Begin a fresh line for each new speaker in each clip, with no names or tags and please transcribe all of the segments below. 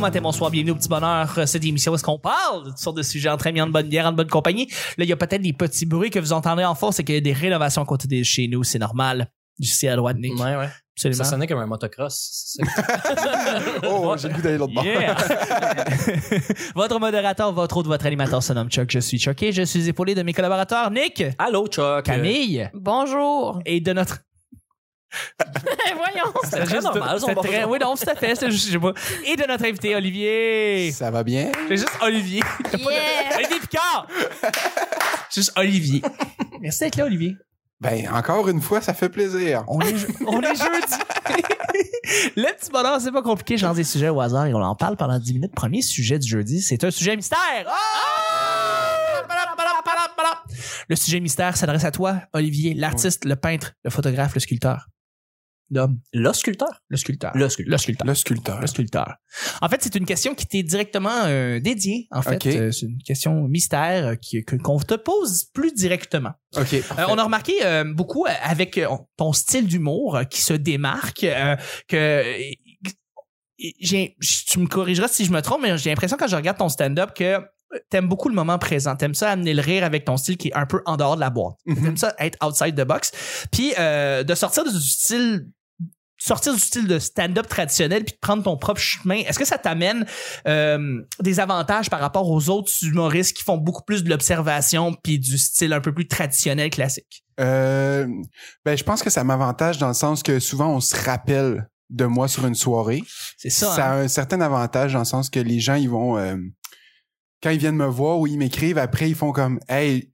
matin, bonsoir, bienvenue au petit bonheur. C'est des émissions où est-ce qu'on parle de toutes sortes de sujets en bien de bonne bière, en bonne compagnie. Là, il y a peut-être des petits bruits que vous entendez en fond, c'est qu'il y a des rénovations à côté de chez nous, c'est normal. Ici à droite, Nick.
Ouais, ouais.
Absolument.
Ça sonnait comme un motocross.
Oh, j'ai le goût d'aller l'autre bord.
Yeah. votre modérateur, votre autre, votre animateur se nomme Chuck. Je suis Chuck et je suis épaulé de mes collaborateurs Nick,
Allô, Chuck.
Camille
Bonjour.
et de notre
Eh, Voyons.
C'est très
Juste-
normal, son
c'est
bonjour.
très- Oui, non, tout à fait. c'est juste- je sais pas. Et de notre invité, Olivier.
Ça va bien?
C'est juste Olivier.
Yeah.
Olivier Picard! C'est juste Olivier. Merci d'être là, Olivier.
Ben, encore une fois, ça fait plaisir.
On est, je- on est jeudi. Le petit bonheur, c'est pas compliqué. Je lance des sujets au hasard et on en parle pendant 10 minutes. Premier sujet du jeudi, c'est un sujet mystère. Ah! Balap, balap, balap, balap. Le sujet mystère s'adresse à toi, Olivier, l'artiste, le peintre, le photographe, le sculpteur. L'homme,
Le sculpteur.
le sculpteur.
Le sculpteur.
Le sculpteur.
Le sculpteur.
le sculpteur. En fait, c'est une question qui t'est directement euh, dédiée. En fait,
Ok.
Euh, c'est une question mystère euh, qui- que- qu'on te pose plus directement.
OK.
Euh, on a remarqué euh, beaucoup euh, avec euh, ton style d'humour euh, qui se démarque euh, que j'ai- j- tu me corrigeras si je me trompe, mais j'ai l'impression quand je regarde ton stand-up que euh, t'aimes beaucoup le moment présent. T'aimes ça amener le rire avec ton style qui est un peu en dehors de la boîte.
Mhm.
T'aimes ça être outside the box. Puis euh, de sortir du style sortir du style de stand-up traditionnel puis de prendre ton propre chemin, est-ce que ça t'amène euh, des avantages par rapport aux autres humoristes qui font beaucoup plus de l'observation puis du style un peu plus traditionnel classique?
Euh, ben, je pense que ça m'avantage dans le sens que souvent, on se rappelle de moi sur une soirée.
C'est
Ça,
ça.
a
hein?
un certain avantage dans le sens que les gens, ils vont... euh, quand ils viennent me voir ou ils m'écrivent, après, ils font comme « Hey,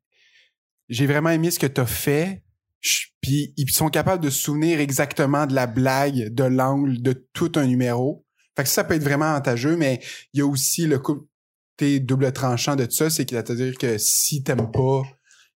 j'ai vraiment aimé ce que t'as fait. » Je- Puis ils sont capables de se souvenir exactement de la blague, de l'angle, de tout un numéro. Fait que ça, ça peut être vraiment avantageux, mais il y a aussi le côté double tranchant de tout ça, c'est que- c'est-à-dire que si t'aimes pas,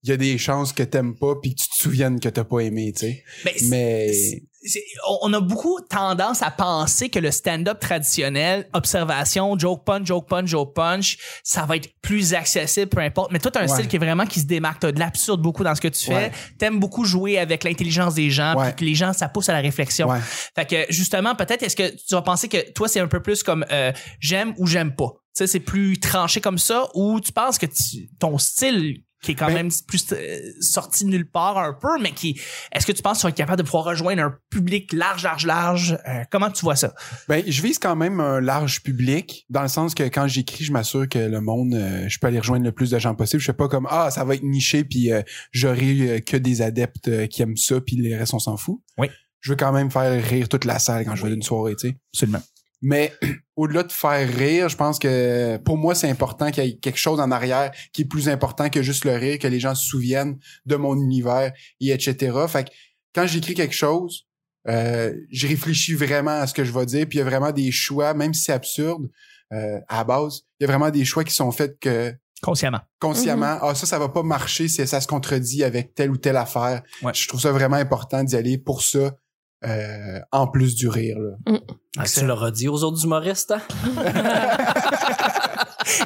il y a des chances que t'aimes pas puis que tu te souviennes que t'as pas aimé, tu sais.
Ben, c'est-
Mais...
c'est- on- on a beaucoup tendance à penser que le stand-up traditionnel, observation, joke punch, joke punch, joke punch, ça va être plus accessible, peu importe. Mais toi, t'as un
Ouais.
style qui est vraiment qui se démarque. T'as de l'absurde beaucoup dans ce que tu fais.
Ouais.
T'aimes beaucoup jouer avec l'intelligence des gens,
Ouais.
puis que les gens, ça pousse à la réflexion.
Ouais.
Fait que justement, peut-être est-ce que tu vas penser que toi, c'est un peu plus comme euh, j'aime ou j'aime pas. Tu sais, c'est plus tranché comme ça, ou tu penses que tu- ton style qui est quand
Ben-
même plus euh, sorti de nulle part un peu, mais qui est-ce que tu penses que tu vas être capable de pouvoir rejoindre un public large, large, large Euh, Comment tu vois ça
Ben, je vise quand même un large public, dans le sens que quand j'écris, je m'assure que le monde, euh, je peux aller rejoindre le plus de gens possible. Je fais pas comme ah ça va être niché, puis euh, j'aurai euh, que des adeptes euh, qui aiment ça, puis les restes on s'en fout.
Oui.
Je veux quand même faire rire toute la salle quand je vais d'une soirée, tu sais.
Absolument.
Mais au-delà de faire rire, je pense que pour moi, c'est important qu'il y ait quelque chose en arrière qui est plus important que juste le rire, que les gens se souviennent de mon univers et etc. Fait que quand j'écris quelque chose, euh, je réfléchis vraiment à ce que je vais dire, puis il y a vraiment des choix, même si c'est absurde, euh, à la base, il y a vraiment des choix qui sont faits que
Consciemment.
consciemment, ah ça, ça va pas marcher, c'est ça se contredit avec telle ou telle affaire.
Ouais.
Je trouve ça vraiment important d'y aller pour ça, euh, en plus du rire. Là.
Euh, Tu l'auras dit aux autres humoristes, hein?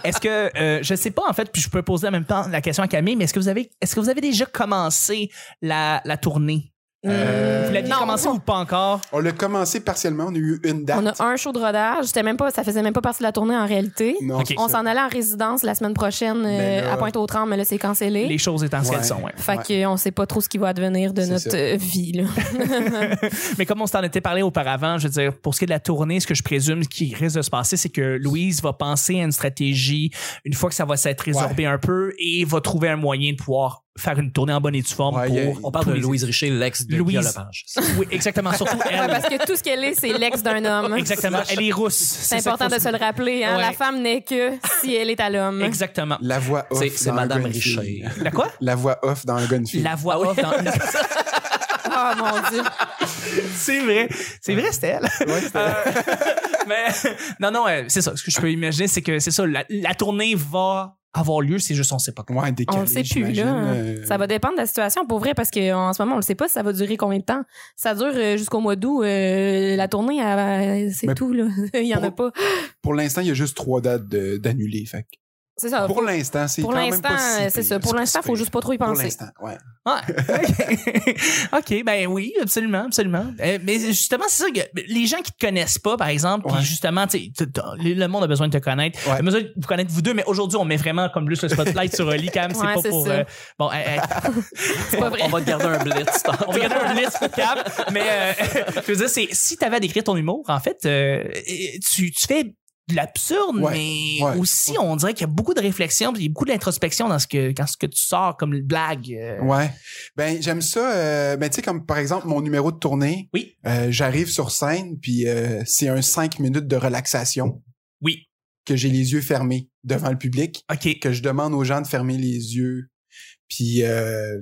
Est-ce que euh, je sais pas en fait, puis je peux poser en même temps la question à Camille, mais est-ce que vous avez est-ce que vous avez déjà commencé la, la tournée
Euh,
Vous l'aviez
Non.
commencé ou pas encore
On l'a commencé partiellement, on a eu une date.
On a un show de rodage. C'était même pas, ça faisait même pas partie de la tournée en réalité.
Non,
Ok.
c'est
On
ça.
s'en allait en résidence la semaine prochaine
Mais
euh,
là-
à Pointe-aux-Trembles, mais là, c'est cancellé.
Les choses étant ce
Ouais.
qu'elles sont. ouais.
Fait
Ouais.
qu'on sait pas trop ce qui va advenir de
C'est
notre
ça.
euh, vie. Là.
Mais comme on s'en était parlé auparavant, je veux dire, pour ce qui est de la tournée, ce que je présume qui risque de se passer, c'est que Louise va penser à une stratégie une fois que ça va s'être résorbé un peu et va trouver un moyen de pouvoir faire une tournée en bonne et due forme
Ouais,
pour.
y a-
On parle de
tous les-
Louise Richer, l'ex de
Louise.
Guillaume Lepage.
Oui, exactement. Surtout
Ouais,
elle.
parce que tout ce qu'elle est, c'est l'ex d'un homme.
Exactement. Elle est rousse.
C'est
ça
important
qu'il
de
faut
se le rappeler. Hein?
Ouais.
La femme n'est que si elle est à l'homme.
Exactement.
La voix off.
C'est- C'est
dans
Madame
Gun Field.
Richer.
La quoi?
La voix off dans Gunfield.
La voix off dans-
Oh mon Dieu.
C'est vrai. C'est vrai, c'était elle. Euh, Mais non, non, euh, c'est ça. Ce que je peux imaginer, c'est que c'est ça. La, la tournée va avoir lieu, c'est juste on sait pas quand.
Ouais, décalé,
On le sait plus,
j'imagine,
là.
euh,
Ça va dépendre de la situation, pour vrai, parce qu'en ce moment, on le sait pas si ça va durer combien de temps. Ça dure euh, jusqu'au mois d'août. euh, la tournée, elle, euh, c'est
Mais
tout, là. Il y en a pas.
Pour l'instant, il y a juste trois dates de- d'annulées. Fait que
C'est ça.
Pour l'instant, c'est
Ah, Pour
quand même
l'instant,
pas si
euh, c'est
pire.
ça. Pour
pas
l'instant,
si
faut
pire.
juste pas trop y
Pour
penser.
l'instant, ouais.
Ah, ok. OK, ben oui, absolument, absolument. Euh, mais justement, c'est ça que les gens qui te connaissent pas, par exemple, puis
Ouais.
justement, tu sais, t- t- le monde a besoin de te connaître.
Ouais.
Il a besoin de vous connaître vous deux, mais aujourd'hui, on met vraiment comme plus le spotlight sur Oli quand même. C'est
Ouais,
pas
c'est
pour.
ça.
euh, bon, euh, euh,
C'est pas vrai.
On va te garder un blitz.
on va garder un liste pour Cam, mais euh, je veux dire, c'est si t'avais à décrire ton humour, en fait, euh, et- tu, tu fais de l'absurde,
Ouais,
mais
ouais.
aussi, on dirait qu'il y a beaucoup de réflexion, puis il y a beaucoup d'introspection dans ce que, quand ce que tu sors comme blague. euh,
Ouais. Ben, j'aime ça. euh, ben, tu sais, comme par exemple, mon numéro de tournée.
Oui.
Euh, J'arrive sur scène, puis euh, c'est un cinq minutes de relaxation
Oui.
que j'ai les yeux fermés devant le public,
OK.
que je demande aux gens de fermer les yeux. Puis, euh,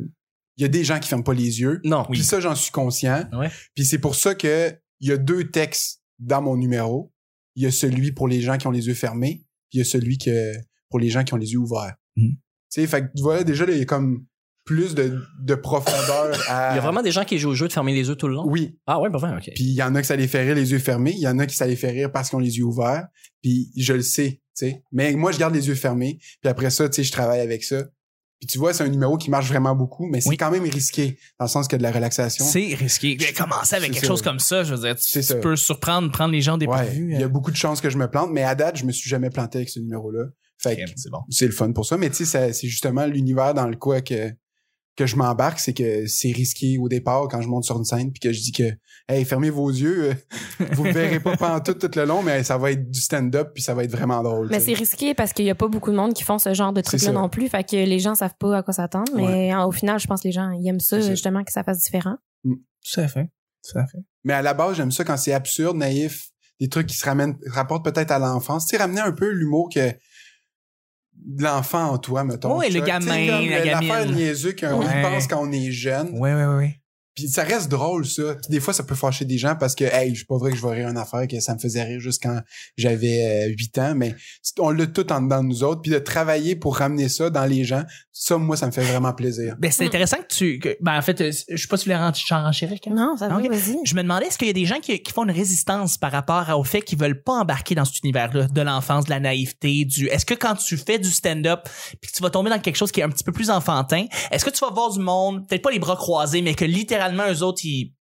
il y a des gens qui ferment pas les yeux.
Non.
Oui.
Puis ça, j'en suis conscient.
Ouais.
Puis c'est pour ça que il y a deux textes dans mon numéro. Il y a celui pour les gens qui ont les yeux fermés, puis il y a celui que pour les gens qui ont les yeux ouverts.
Mm.
Mhm.
Tu sais, fait que voilà, déjà, là, il y a comme plus de, de profondeur à...
Il y a vraiment des gens qui jouent au jeu de fermer les yeux tout le long.
Oui,
Ah ouais, parfait, ok.
puis il y en a qui ça les fait rire les yeux fermés, il y en a qui ça les fait rire parce qu'ils ont les yeux ouverts, puis je le sais, tu sais. Mais moi, je garde les yeux fermés, puis après ça, tu sais, je travaille avec ça. Puis tu vois, c'est un numéro qui marche vraiment beaucoup, mais c'est
Oui.
quand même risqué, dans le sens que de la relaxation...
C'est risqué. J'ai commencé avec
C'est
quelque
ça.
chose comme ça, je veux dire, tu,
C'est
tu
ça.
peux surprendre, prendre les gens hein. au
Ouais,
dépourvu.
il y a beaucoup de chances que je me plante, mais à date, je me suis jamais planté avec ce numéro-là. Fait que
c'est bon.
c'est le fun pour ça, mais tu sais, ça- c'est justement l'univers dans le quoi que, que je m'embarque, c'est que c'est risqué au départ quand je monte sur une scène puis que je dis que hey, fermez vos yeux, euh, vous me verrez pas pantoute tout le long, mais ça va être du stand-up puis ça va être vraiment drôle.
Mais
tu
c'est
sais.
risqué parce qu'il y a pas beaucoup de monde qui font ce genre de truc-là
ça.
non plus. Fait que les gens savent pas à quoi s'attendre. Mais en- au final, je pense que les gens ils aiment ça,
C'est ça.
justement, que ça fasse différent.
Tout à fait. Tout à fait.
Mais à la base, j'aime ça quand c'est absurde, naïf, des trucs qui se ramènent, rapportent peut-être à l'enfance. Tu sais, ramener un peu l'humour que de l'enfant en toi, mettons.
Ouais, Oh, le
Chuck. Tu
gamin,
sais, comme
la
L'affaire
gamine.
niaiseux qu'on
Ouais.
y pense quand on est jeune.
Oui, oui, oui.
Puis ça reste drôle, ça. Puis des fois, ça peut fâcher des gens parce que, hey, je suis pas vrai que je vais rire une affaire que ça me faisait rire juste quand j'avais 8 ans, mais c'est- on l'a tout en dedans de nous autres. Puis de travailler pour ramener ça dans les gens, ça, moi, ça me fait vraiment plaisir.
Ben, c'est
Mm.
intéressant que tu. que- ben, en fait, euh, je sais pas si tu voulais ren- t'en renchérir, Cam.
Non, ça va,
Ok.
vas-y.
Je me demandais, est-ce qu'il y a des gens qui, qui font une résistance par rapport au fait qu'ils veulent pas embarquer dans cet univers-là, de l'enfance, de la naïveté, du. Est-ce que quand tu fais du stand-up, puis que tu vas tomber dans quelque chose qui est un petit peu plus enfantin, est-ce que tu vas voir du monde, peut-être pas les bras croisés, mais que littéralement eux autres, ils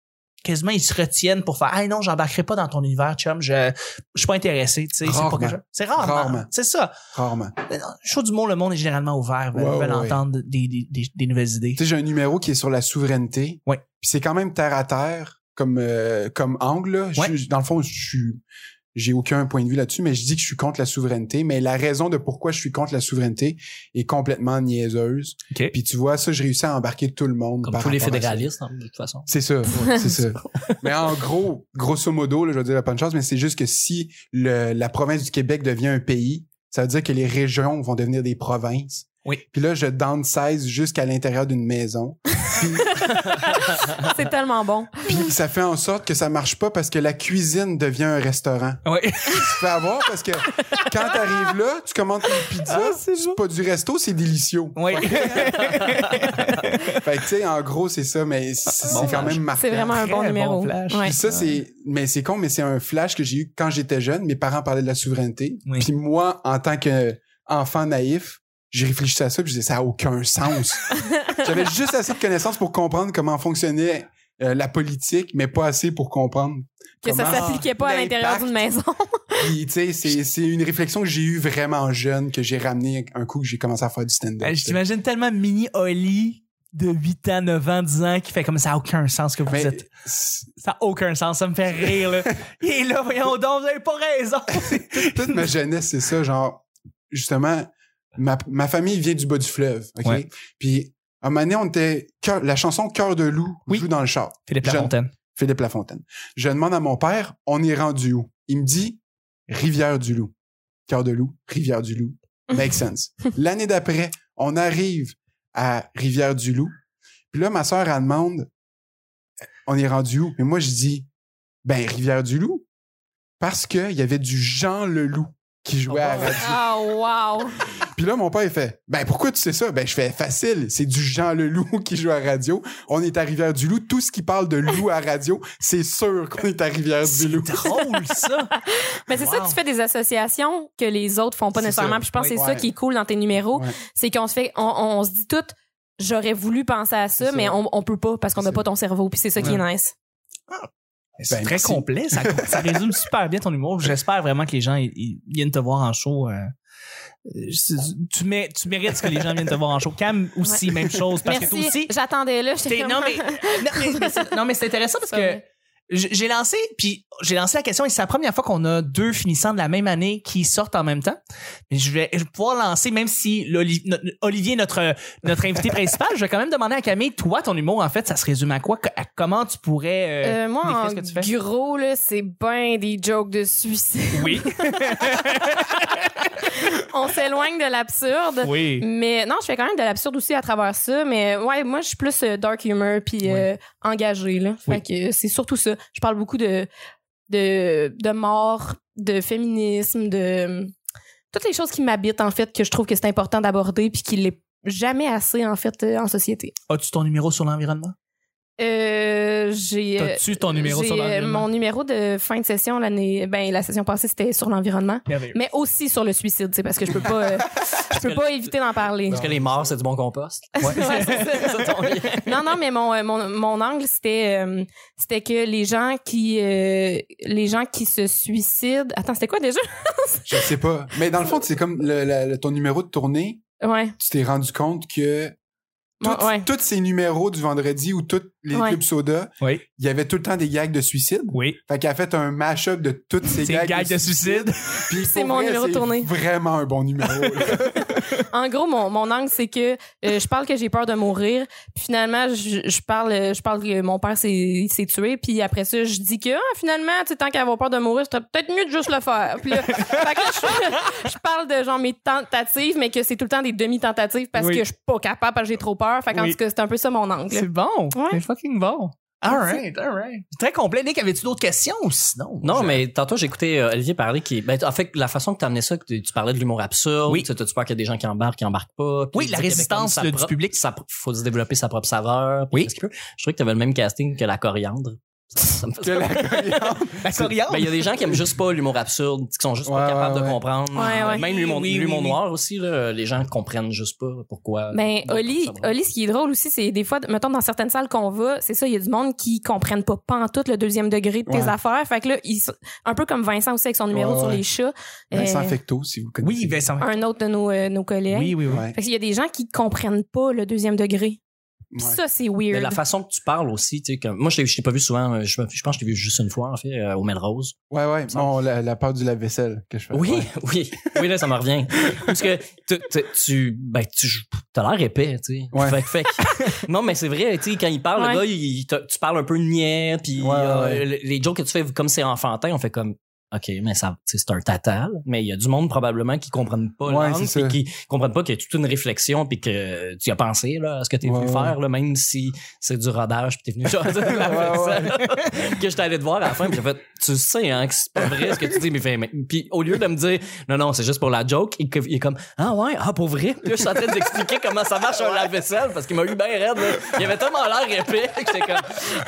quasiment ils se retiennent pour faire ah non j'embarquerai pas dans ton univers chum je je suis pas intéressé tu sais c'est pas
Rarement.
quelque chose- c'est rarement,
Rarement.
c'est ça
Rarement.
Mais non, chaud du monde le monde est généralement ouvert ils
Ouais,
veulent
ouais, ouais.
entendre des, des, des, des nouvelles idées
Tu sais, j'ai un numéro qui est sur la souveraineté.
Ouais.
Puis c'est quand même terre à terre comme, euh, comme angle. là. Je
Ouais.
suis- dans le fond, je suis. J'ai aucun point de vue là-dessus, mais je dis que je suis contre la souveraineté. Mais la raison de pourquoi je suis contre la souveraineté est complètement niaiseuse.
Ok.
Puis tu vois, ça, je réussis à embarquer tout le monde.
Comme
par
tous les
rapport à ça.
fédéralistes, hein, de toute façon.
C'est ça, ouais, c'est ça. Mais en gros, grosso modo, là, je vais dire la bonne chance, mais c'est juste que si le- la province du Québec devient un pays, ça veut dire que les régions vont devenir des provinces.
Oui.
Puis là, je downsize jusqu'à l'intérieur d'une maison.
C'est tellement bon.
Puis ça fait en sorte que ça marche pas parce que la cuisine devient un restaurant.
Ouais.
Tu te fais avoir parce que quand t'arrives là, tu commandes une pizza, c'est pas du resto, c'est délicieux.
Ouais.
Fait que tu sais, en gros, c'est ça, mais c'est
bon
c'est quand
flash.
même marquant.
C'est vraiment un
Très
bon
bon
numéro.
flash.
Ouais.
Puis ça, c'est, mais c'est con, mais c'est un flash que j'ai eu quand j'étais jeune. Mes parents parlaient de la souveraineté.
Oui.
Puis moi, en tant qu'enfant naïf, j'ai réfléchi à ça, puis je disais, ça a aucun sens. J'avais juste assez de connaissances pour comprendre comment fonctionnait euh, la politique, mais pas assez pour comprendre.
Que ça
comment-
s'appliquait pas à l'intérieur d'une maison.
Puis, tu sais, c'est, c'est une réflexion que j'ai eue vraiment jeune, que j'ai ramenée un coup que j'ai commencé à faire du stand-up.
Ben, Je t'imagine tellement mini Oli de 8 ans, 9 ans, 10 ans qui fait comme ça a aucun sens ce que vous
Mais
dites.
c'est-
Ça a aucun sens, ça me fait rire là. Il est là, voyons donc, vous avez pas raison.
toute ma jeunesse, c'est ça, genre, justement, ma, ma famille vient du bas du fleuve, OK?
Ouais.
Puis, à un moment donné, on était... Cœur- la chanson « Cœur de loup
Oui.
joue dans le char.
Philippe
Je-
Lafontaine.
Philippe Lafontaine. Je demande à mon père, on est rendu où? Il me dit, Rivière-du-Loup. Cœur de loup, Rivière-du-Loup. Make sense. L'année d'après, on arrive à Rivière-du-Loup. Puis là, ma soeur, elle demande, euh, on est rendu où? Mais moi, je dis, ben, Rivière-du-Loup. Parce qu'il y avait du Jean le Loup qui jouait à radio.
Ah, wow!
Puis là, mon père, il fait Ben, pourquoi tu sais ça Ben, je fais facile, c'est du Jean Leloup qui joue à radio. On est à Rivière-du-Loup. Tout ce qui parle de loup à radio, c'est sûr qu'on est à
C'est
Rivière-du-Loup.
drôle, ça.
Ben,
Mais c'est ça que tu fais des associations que les autres font pas
C'est
nécessairement.
ça.
Puis je pense que c'est
Ouais.
ça qui est cool dans tes numéros.
Ouais.
C'est qu'on se fait, on, on se dit toutes, j'aurais voulu penser à
C'est
ça,
ça.
mais on, on peut pas parce qu'on n'a
C'est
pas ton cerveau. Puis c'est ça qui est nice.
C'est
Ben,
très
merci.
complet. Ça, ça résume super bien ton humour. J'espère vraiment que les gens ils- ils viennent te voir en show. euh, euh, c'est- tu, mé- tu mérites que les gens viennent te voir en show. Cam aussi, même chose. Parce que toi
Merci.
aussi.
J'attendais là. j'étais
t'es- Non,
comme- hein.
mais, non, mais, mais c'est- non, mais c'est intéressant parce que
Sorry.
j- j'ai lancé, puis j'ai lancé la question et c'est la première fois qu'on a deux finissants de la même année qui sortent en même temps. Mais je vais, je vais pouvoir lancer, même si l'Oli- no- Olivier, notre, notre invité principal, je vais quand même demander à Camille, toi, ton humour, en fait, ça se résume à quoi? À comment tu pourrais. euh,
Euh, moi,
décris
en
ce que tu fais?
gros, là, c'est ben des jokes de suicide.
Oui.
On s'éloigne de l'absurde.
Oui.
Mais non, je fais quand même de l'absurde aussi à travers ça. Mais ouais, moi, je suis plus euh, dark humor puis euh, engagée. Là. Fait
Oui.
que c'est surtout ça. Je parle beaucoup de, de, de mort, de féminisme, de mm, toutes les choses qui m'habitent, en fait, que je trouve que c'est important d'aborder puis qu'il l'est jamais assez, en fait, euh, en société.
As-tu ton numéro sur l'environnement?
Euh, j'ai. euh,
As-tu ton numéro
j'ai,
sur
euh,
l'environnement?
Mon numéro de fin de session l'année, ben la session passée c'était sur l'environnement, mais aussi sur le suicide, c'est parce que je peux pas, euh, je peux pas éviter d'en parler.
Parce que les morts, c'est du bon compost.
Ouais, c'est ça. non, non, mais mon, euh, mon, mon angle, c'était euh, c'était que les gens qui euh, les gens qui se suicident. Attends, c'était quoi déjà?
Je sais pas. Mais dans le fond, c'est comme le- le- le- ton numéro de tournée.
Ouais.
Tu t'es rendu compte que
Bon,
toutes-
ouais.
tous ces numéros du vendredi ou tous les
Ouais.
clubs soda,
Oui.
il y avait tout le temps des gags de suicide.
Oui.
Fait qu'elle a fait un mash-up de toutes ces
C'est
gags.
une gag de suicide.
Puis
C'est
pour
mon
vrai,
numéro
c'est
tourné.
Vraiment un bon numéro. là.
En gros, mon, mon angle, c'est que euh, je parle que j'ai peur de mourir. Puis finalement, je, je parle euh, je parle que mon père s'est il s'est tué. Puis après ça, je dis que ah, finalement, tu sais, tant qu'à avoir peur de mourir, c'était peut-être mieux de juste le faire. Puis là, fait que là, je, je parle de genre mes tentatives, mais que c'est tout le temps des demi-tentatives parce
Oui.
que je suis pas capable, parce que j'ai trop peur. Fait qu'en
Oui.
tout cas, c'est un peu ça mon angle.
C'est bon.
Ouais.
C'est fucking bon. All right, all right. C'est Très complet. Nick, avais-tu d'autres questions ou sinon?
Non,
Je-
mais tantôt, j'ai écouté euh, Olivier parler qui. Ben, en fait, la façon que tu amenais ça, que tu tu parlais de l'humour absurde.
Oui.
Tu sais, t'as-tu peur qu'il y a des gens qui embarquent, qui embarquent pas. puis
Oui, la
dire qu'il y avait
résistance,
comme sa
le-
propre-
du public. Ben,
Sa, pro- faut se développer sa propre saveur.
Oui.
puis tout ce qu'il peut. Je trouvais que tu avais le même casting que la coriandre. Ça me fait-
Que la coriandre.
La coriandre.
Ben, il y a des gens qui aiment juste pas l'humour absurde, qui sont juste
Ouais,
pas capables
ouais,
de
ouais.
comprendre.
Ouais, ouais.
Même l'humour
Oui, oui,
l'humour
oui, oui.
noir aussi, là, les gens comprennent juste pas pourquoi.
Ben,
Donc,
Oli,
ça va.
Oli, ce qui est drôle aussi, c'est des fois, mettons, dans certaines salles qu'on va, c'est ça, il y a du monde qui comprennent pas, pas en tout le deuxième degré de tes
Ouais.
affaires. Fait que là, ils, sont- un peu comme Vincent aussi avec son numéro
Ouais,
sur
ouais.
les chats.
Vincent
euh,
Fecteau, si vous connaissez.
Ben, Oui, ben, Vincent.
un autre de nos, euh, nos collègues.
Oui, oui, oui.
Ouais.
Fait qu'il y a des gens qui comprennent pas le deuxième degré. Puis
Ouais.
ça, c'est
Mais
weird.
la façon que tu parles aussi, tu sais, comme, moi, je t'ai- je t'ai pas vu souvent, euh, je, me- je pense que je t'ai vu juste une fois, en fait, euh, au Melrose.
Ouais, ouais. Bon, la, la part du lave-vaisselle que je fais.
Oui,
Ouais.
oui, oui, là, ça me revient. Parce que tu, tu, tu- ben, tu, t'as l'air épais, tu sais.
Ouais.
Fait, que- fait que- non, mais c'est vrai, tu sais, quand il parle,
Ouais.
le gars, il, il te- tu parles un peu niais, puis
Ouais, ouais,
euh,
ouais.
le- les jokes que tu fais, comme c'est enfantin, on fait comme, OK, mais ça, tu sais, c'est un tatal, mais il y a du monde probablement qui comprennent pas
Ouais,
l'angle,
c'est ça.
puis qui comprennent pas qu'il y a toute une réflexion, puis que tu y as pensé, là, à ce que tu es
Ouais,
venu
ouais.
faire, là, même si c'est du rodage, puis t'es venu jaser de la
Ouais,
vaisselle que j'étais allé te voir à la fin, puis j'ai fait, tu sais, hein, que c'est pas vrai ce que tu dis, mais fait, mais- puis au lieu de me dire, non, non, c'est juste pour la joke, il, il est comme, ah ouais, ah pour vrai. Puis là, je suis en train d'expliquer comment ça marche un lave-vaisselle, parce qu'il m'a eu bien raide, là. Il avait tellement l'air épais que j'étais comme,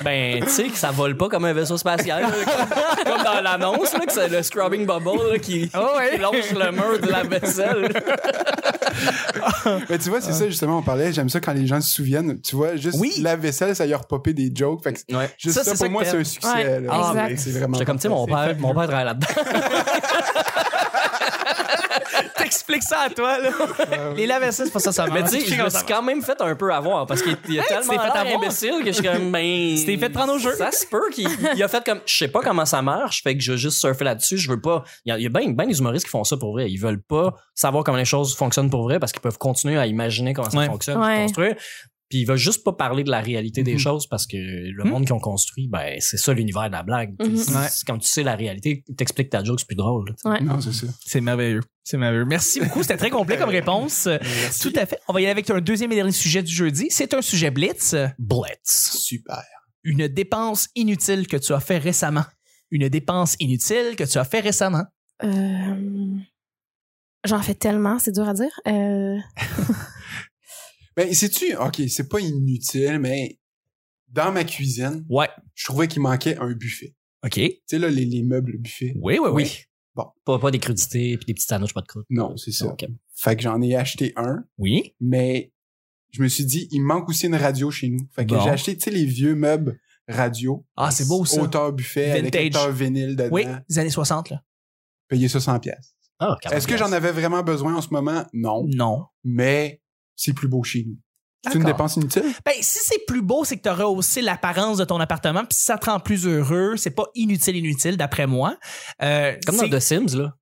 ben, tu sais, que ça vole pas comme un vaisseau spatial, là, comme, comme dans l'annonce, là, que c'est le scrubbing bubble, là, qui,
Oh,
qui longe le mur de la vaisselle.
Mais tu vois, c'est ça, justement, on parlait. J'aime ça quand les gens se souviennent. Tu vois, juste
Oui.
lave-vaisselle, ça y a repoppé des jokes. Fait que
Ouais.
juste ça,
c'est
pour
que
moi,
t'aimes.
c'est un succès.
Ouais,
là.
Ah,
C'est-
exact.
C'est vraiment.
J'étais comme, tu sais, mon père, mon père travaille là-dedans.
T'expliques ça à toi, là. Les lave-vaisselle, c'est pas ça, ça
Mais
marche.
tu sais, je me suis quand même fait un peu avoir parce qu'il il a
Hey,
tellement
tu t'es fait
l'air
avoir.
imbécile que je suis comme, ben.
Tu t'es fait prendre au jeu.
Ça se peut qu'il il a fait comme, je sais pas comment ça marche, fait que je veux juste surfer là-dessus, je veux pas. Il y a, il y a bien ben des humoristes qui font ça pour vrai. Ils veulent pas savoir comment les choses fonctionnent pour vrai parce qu'ils peuvent continuer à imaginer comment ça
Ouais.
fonctionne,
Ouais.
puis construire. Puis ils veulent juste pas parler de la réalité des
Mhm.
choses parce que le
Mhm.
monde qu'ils ont construit, ben, c'est ça l'univers de la blague.
Mhm.
C'est-
Ouais.
c'est Quand tu sais la réalité, t'expliques ta joke, c'est plus drôle.
Ouais.
Non, c'est ça.
C'est merveilleux. C'est merveilleux. Merci beaucoup. C'était très complet comme réponse. Tout à fait. On va y aller avec un deuxième et dernier sujet du jeudi. C'est un sujet blitz.
Blitz.
Super.
Une dépense inutile que tu as fait récemment. Une dépense inutile que tu as fait récemment.
Euh, J'en fais tellement, c'est dur à dire. Euh,
Ben, sais-tu, OK, c'est pas inutile, mais dans ma cuisine,
Ouais.
je trouvais qu'il manquait un buffet.
OK. Oui,
Tu sais, là, les, les meubles buffet.
oui, oui.
Oui.
Bon.
Pas, pas des crudités puis des petites sandwichs pas de croûte.
Non, c'est ça.
Ok.
Fait que j'en ai acheté un,
Oui.
mais je me suis dit, il manque aussi une radio chez nous. Fait que
Bon.
j'ai acheté, tu sais, les vieux meubles radio.
Ah, c'est beau, ça.
Hauteur buffet avec
Vintage.
hauteur vinyle dedans.
Oui, des années 60, là.
Payer ça 100 pièces.
Ah, quand même.
Est-ce que j'en avais vraiment besoin en ce moment? Non.
Non.
Mais c'est plus beau chez nous. C'est une
D'accord.
dépense inutile?
Ben, si c'est plus beau, c'est que tu aussi l'apparence de ton appartement, puis si ça te rend plus heureux, c'est pas inutile, inutile, d'après moi. Euh,
Comme
c'est-
dans The Sims, là.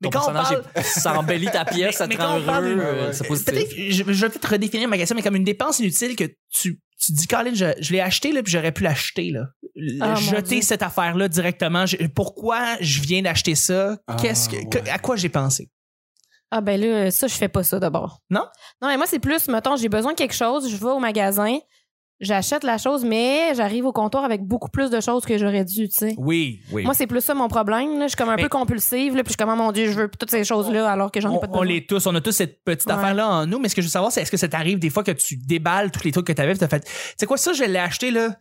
Mais
Ton
quand on
personnage
parle-
est- ça embellit ta pièce, ça
Mais-
te
mais quand
rend
on parle
heureux.
d'une-
euh, C'est
Peut-être,
positif.
je, je vais peut-être redéfinir ma question, mais comme une dépense inutile que tu, tu dis, Colin, je, je l'ai acheté, là, puis j'aurais pu l'acheter, là. Le-
Ah, mon
jeter
Dieu.
cette affaire-là directement. Je- pourquoi je viens d'acheter ça?
Ah,
Qu'est-ce que, que-
ouais.
à quoi j'ai pensé?
Ah ben là, ça, je fais pas ça d'abord.
Non?
Non, mais moi, c'est plus, mettons, j'ai besoin de quelque chose, je vais au magasin, j'achète la chose, mais j'arrive au comptoir avec beaucoup plus de choses que j'aurais dû, tu sais.
Oui, oui.
Moi, c'est plus ça mon problème. là. Je suis comme un
Mais-
peu compulsive, là, puis je suis comme, Ah, mon Dieu, je veux toutes ces choses-là alors que j'en ai
on,
pas de
on
besoin.
les tous, on a tous cette petite
Ouais.
affaire-là en nous, mais ce que je veux savoir, c'est est-ce que ça t'arrive des fois que tu déballes tous les trucs que t'avais, puis t'as fait, tu sais quoi, ça, je l'ai acheté, là,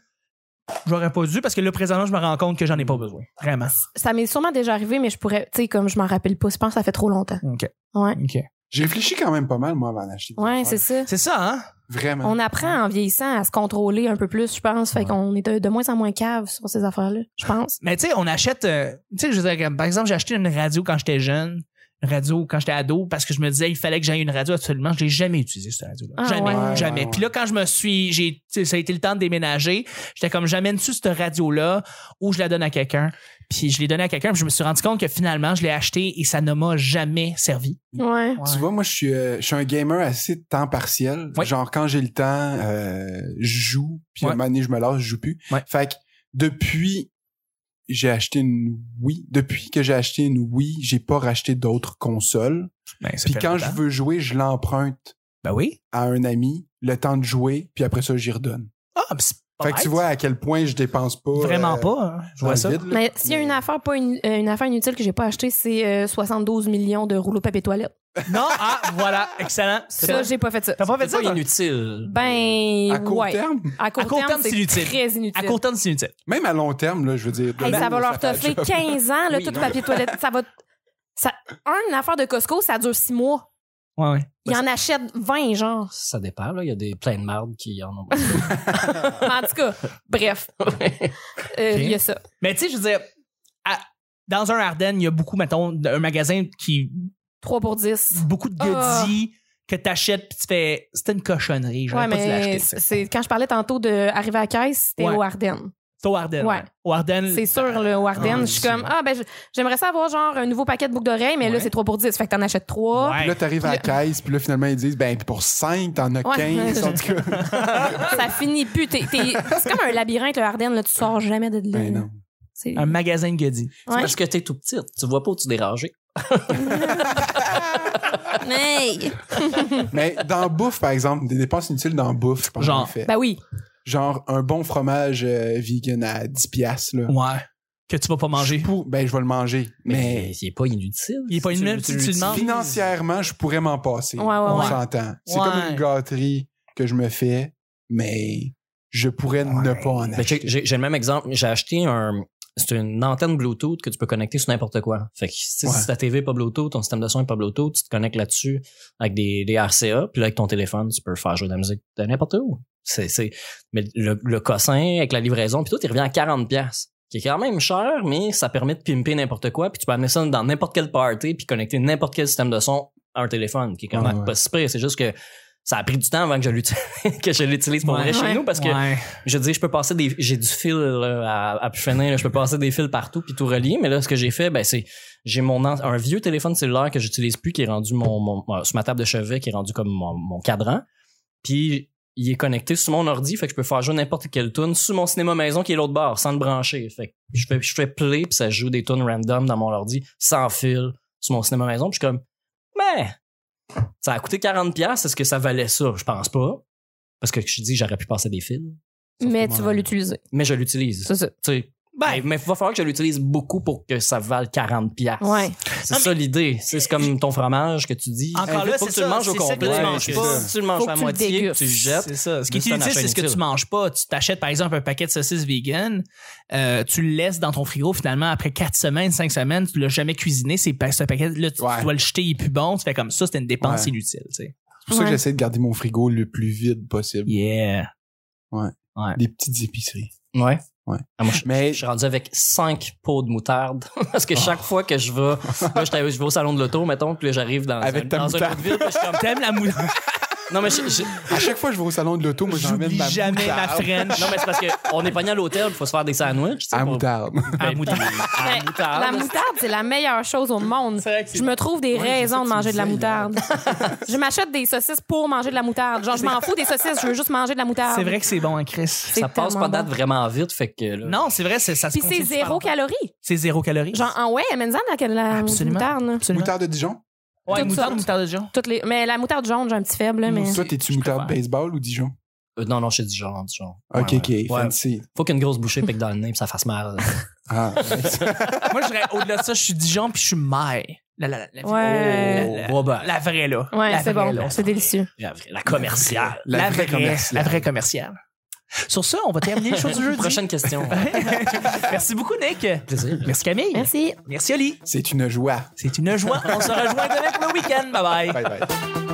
j'aurais pas dû, parce que là, présentement, je me rends compte que j'en ai pas besoin. Vraiment.
Ça m'est sûrement déjà arrivé, mais je pourrais, tu sais, comme je m'en rappelle pas, je pense que ça fait trop longtemps.
OK.
Ouais.
OK.
J'ai réfléchi quand même pas mal, moi, avant d'acheter. des
Ouais,
affaires.
c'est ça.
C'est ça, hein?
Vraiment.
On apprend en vieillissant à se contrôler un peu plus, je pense. Fait
Ouais.
qu'on est de, de moins en moins cave sur ces affaires-là, je pense.
Mais tu sais, on achète. euh, tu sais, je veux dire, comme, par exemple, j'ai acheté une radio quand j'étais jeune, une radio quand j'étais ado, parce que je me disais, il fallait que j'aille une radio absolument. Je l'ai jamais utilisée, cette radio-là.
Ah,
jamais,
ouais.
jamais.
Ouais, ouais,
Puis là, quand je me suis. j'ai tu sais, Ça a été le temps de déménager. J'étais comme, j'amène-tu cette radio-là ou je la donne à quelqu'un? Puis je l'ai donnée à quelqu'un, puis je me suis rendu compte que finalement, je l'ai achetée et ça ne m'a jamais servi.
Ouais.
Tu vois, moi, je suis, euh, je suis un gamer assez temps partiel.
Ouais.
Genre, quand j'ai le temps, euh, je joue. Puis à
Ouais.
un moment donné, je me lasse, je joue plus.
Ouais.
Fait que depuis, j'ai acheté une Wii. Depuis que j'ai acheté une Wii, j'ai pas racheté d'autres consoles.
Ben, ça
Puis
fait
quand
longtemps.
je veux jouer, je l'emprunte
Ben oui.
à un ami, le temps de jouer, puis après ça, j'y redonne.
Ah, mais c'est pas
fait que tu
bête.
vois à quel point je dépense pas.
Vraiment
euh,
pas. hein. Je vois
dans
ça.
le vide, là.
Mais s'il y a une affaire, pas une, euh, une affaire inutile que j'ai pas achetée, c'est euh, 72 millions de rouleaux de papier toilette.
Non, ah, voilà. Excellent.
Ça, j'ai pas fait ça.
T'as pas fait
C'est
ça,
pas
toi?
inutile.
Ben,
À court
ouais.
terme,
À court, terme, c'est
inutile.
très inutile.
À court terme, c'est inutile.
même à long terme, là, je veux dire.
Hey,
demain,
ça va leur
fait la
toffer
job.
15 ans, là,
Oui,
tout
non.
papier toilette. Ça va. Ça... Un, une affaire de Costco, ça dure 6 mois.
Ouais, ouais.
Ils en achètent 20, genre.
Ça dépend, là. Il y a des plein de mardes qui en ont.
Mais en tout cas, bref. Euh, Il y a ça.
Mais tu sais, je veux dire, à- dans un Ardennes, il y a beaucoup, mettons, un magasin qui.
3 pour 10.
beaucoup de
Ah.
goodies que t'achètes puis tu fais. C'était une cochonnerie, j'aurais
Ouais,
pas dû l'acheter.
mais
ça.
c'est quand je parlais tantôt de arriver à la caisse, c'était
Ouais.
au Ardennes.
C'est au Ardennes.
Ouais.
ouais. Au Ardennes.
C'est sûr, là, au Ardennes.
Ah,
je suis
c'est-
comme, ah, ben, je- j'aimerais ça avoir genre un nouveau paquet de boucles d'oreilles, mais
Ouais.
là, c'est 3 pour 10. Fait que t'en achètes 3.
Ouais.
Puis là, t'arrives à la caisse, puis là, finalement, ils disent, ben, pour 5, t'en as
Ouais.
15, en tout cas.
Ça finit plus. T'es- t'es- C'est comme un labyrinthe, le Ardennes, là, tu sors jamais de là.
Ben non.
C'est-
Un magasin de goodies.
Ouais.
Parce que t'es tout petite. Tu vois pas où tu déranges.
Hey!
Mais dans bouffe, par exemple, des dépenses inutiles dans bouffe, je pense
Genre.
qu'on fait.
Ben oui.
Genre, un bon fromage euh, vegan à 10 piastres, là.
Ouais. Que tu vas pas manger.
Je pour- Ben, je vais le manger.
Mais
Mais
il est pas inutile.
Il est pas
Si tu-
inutile, si tu
l'utilises.
demandes.
financièrement, je pourrais m'en passer.
Ouais, ouais,
On
ouais.
s'entend. C'est
Ouais.
comme une gâterie que je me fais, mais je pourrais ne pas en
Mais j'ai-
acheter.
Ben, J'ai j'ai le même exemple. J'ai acheté un. C'est une antenne Bluetooth que tu peux connecter sur n'importe quoi. Fait que tu sais,
Ouais.
si ta TV est pas Bluetooth, ton système de son est pas Bluetooth, tu te connectes là-dessus avec des, des RCA, puis là, avec ton téléphone, tu peux faire jouer de la musique de n'importe où. C'est, c'est, mais le, le cossin avec la livraison, puis tout, il revient à 40 pièces qui est quand même cher, mais ça permet de pimper n'importe quoi, puis tu peux amener ça dans n'importe quelle party, puis connecter n'importe quel système de son à un téléphone, qui est quand
Ouais,
même
ouais.
pas si pire. C'est juste que ça a pris du temps avant que je l'utilise, que je l'utilise pour
Ouais.
vrai
Ouais.
chez nous, parce que
Ouais.
je dis je peux passer des j'ai du fil là, à, à plus finir, là. je peux passer des fils partout puis tout relier mais là ce que j'ai fait ben c'est j'ai mon an- un vieux téléphone cellulaire que j'utilise plus qui est rendu mon, mon- euh, sur ma table de chevet qui est rendu comme mon, mon cadran puis il est connecté sur mon ordi fait que je peux faire jouer n'importe quelle tune sur mon cinéma maison qui est l'autre bord sans le brancher fait que je fais je fais play puis ça joue des tunes random dans mon ordi sans fil sur mon cinéma maison puis je suis comme mais ça a coûté 40 pièces est-ce que ça valait ça je pense pas parce que je dis j'aurais pu passer des fils
Mais
que
tu
moi,
vas l'utiliser.
mais je l'utilise
C'est ça.
tu sais,
Ben,
Mais mais il va falloir que je l'utilise beaucoup pour que ça vale 40$. piastres.
Ouais.
C'est
Non,
ça l'idée. C'est c'est comme ton fromage que tu dis.
Encore là,
faut que
c'est
tu le
ça,
manges au
c'est ça que
complet.
tu manges
que
pas.
Si tu le manges
Faut que
à
tu le
moitié, que
dégustes.
tu le jettes.
C'est ça. Ce qui
Mais
est
c'est un
inutile,
achat
c'est ce que
inutile.
tu manges pas. Tu t'achètes, par exemple, un paquet de saucisses vegan, euh, tu le laisses dans ton frigo, finalement, après 4 semaines, 5 semaines, tu l'as jamais cuisiné, c'est pa- ce paquet, là, tu, tu
Ouais.
dois le jeter, il est plus bon, tu fais comme ça, c'était une dépense
Ouais.
inutile, tu sais.
C'est pour ça que
Ouais.
j'essaie de garder mon frigo le plus vide possible.
Yeah.
Des petites épiceries.
Ouais.
Ouais.
Ah, moi, je,
Mais-
je suis rendu avec cinq pots de moutarde. Parce que chaque fois que je vais, là, je, t'ai- je vais au salon de l'auto, mettons, puis là, j'arrive dans,
Avec
un,
ta
dans un
moutarde.
pot de vide, puis je suis comme,
T'aimes la moutarde?
non, mais je- je-
À chaque fois que je vais au salon de l'auto, moi, j'emmène
J'oublie
ma
jamais ma
moutarde. Ah,
French.
non, mais c'est parce qu'on est pogné à l'hôtel, il faut se faire des sandwichs. tu sais,
À
pour-
moutarde.
Ah, moutarde.
à
Mais
moutarde.
La moutarde, c'est la meilleure chose au monde.
C'est vrai que Ah, c'est-
Je me trouve des raisons de manger de la moutarde. je m'achète des saucisses pour manger de la moutarde. Genre, je m'en fous des saucisses, je veux juste manger de la moutarde.
C'est vrai que c'est bon, hein, Chris.
C'est
ça passe
tellement
pas date
bon.
vraiment vite, fait que là,
Non, c'est vrai, c'est- ça se
Puis c'est
consomme super
zéro
longtemps.
calorie.
C'est zéro calorie.
Genre, en ouais, elle de la
Absolument.
moutarde. là.
Absolument.
Moutarde de Dijon?
Ouais,
Toutes
moutarde,
sortes.
moutarde de Dijon.
Toutes les... Mais la moutarde jaune, j'ai un petit faible, là, mais.
Toi, t'es-tu
Je
moutarde
préfère.
baseball ou Dijon?
euh, non, non, je suis du genre, du genre.
Ok,
Ouais,
ok,
ouais. Ouais.
fancy.
Faut qu'une grosse bouchée pique dans le nez, puis ça fasse mal.
Ah,
Moi, je dirais, au-delà de ça, je suis Dijon puis je suis Maille. La, la, la, la-
Ouais.
la- la-
Oh, ben,
la vraie, là.
Ouais,
La
c'est
vraie,
bon.
là.
C'est délicieux.
la, vraie- la commerciale.
La, vraie,
commerciale.
La vraie commerciale. Sur ça, on va terminer le show du jeudi.
Prochaine question.
Merci beaucoup, Nick.
Plaisir.
Merci, Camille.
Merci.
Merci, Oli.
c'est une joie.
C'est une joie. On se rejoint demain pour le week-end. Bye bye.
Bye bye.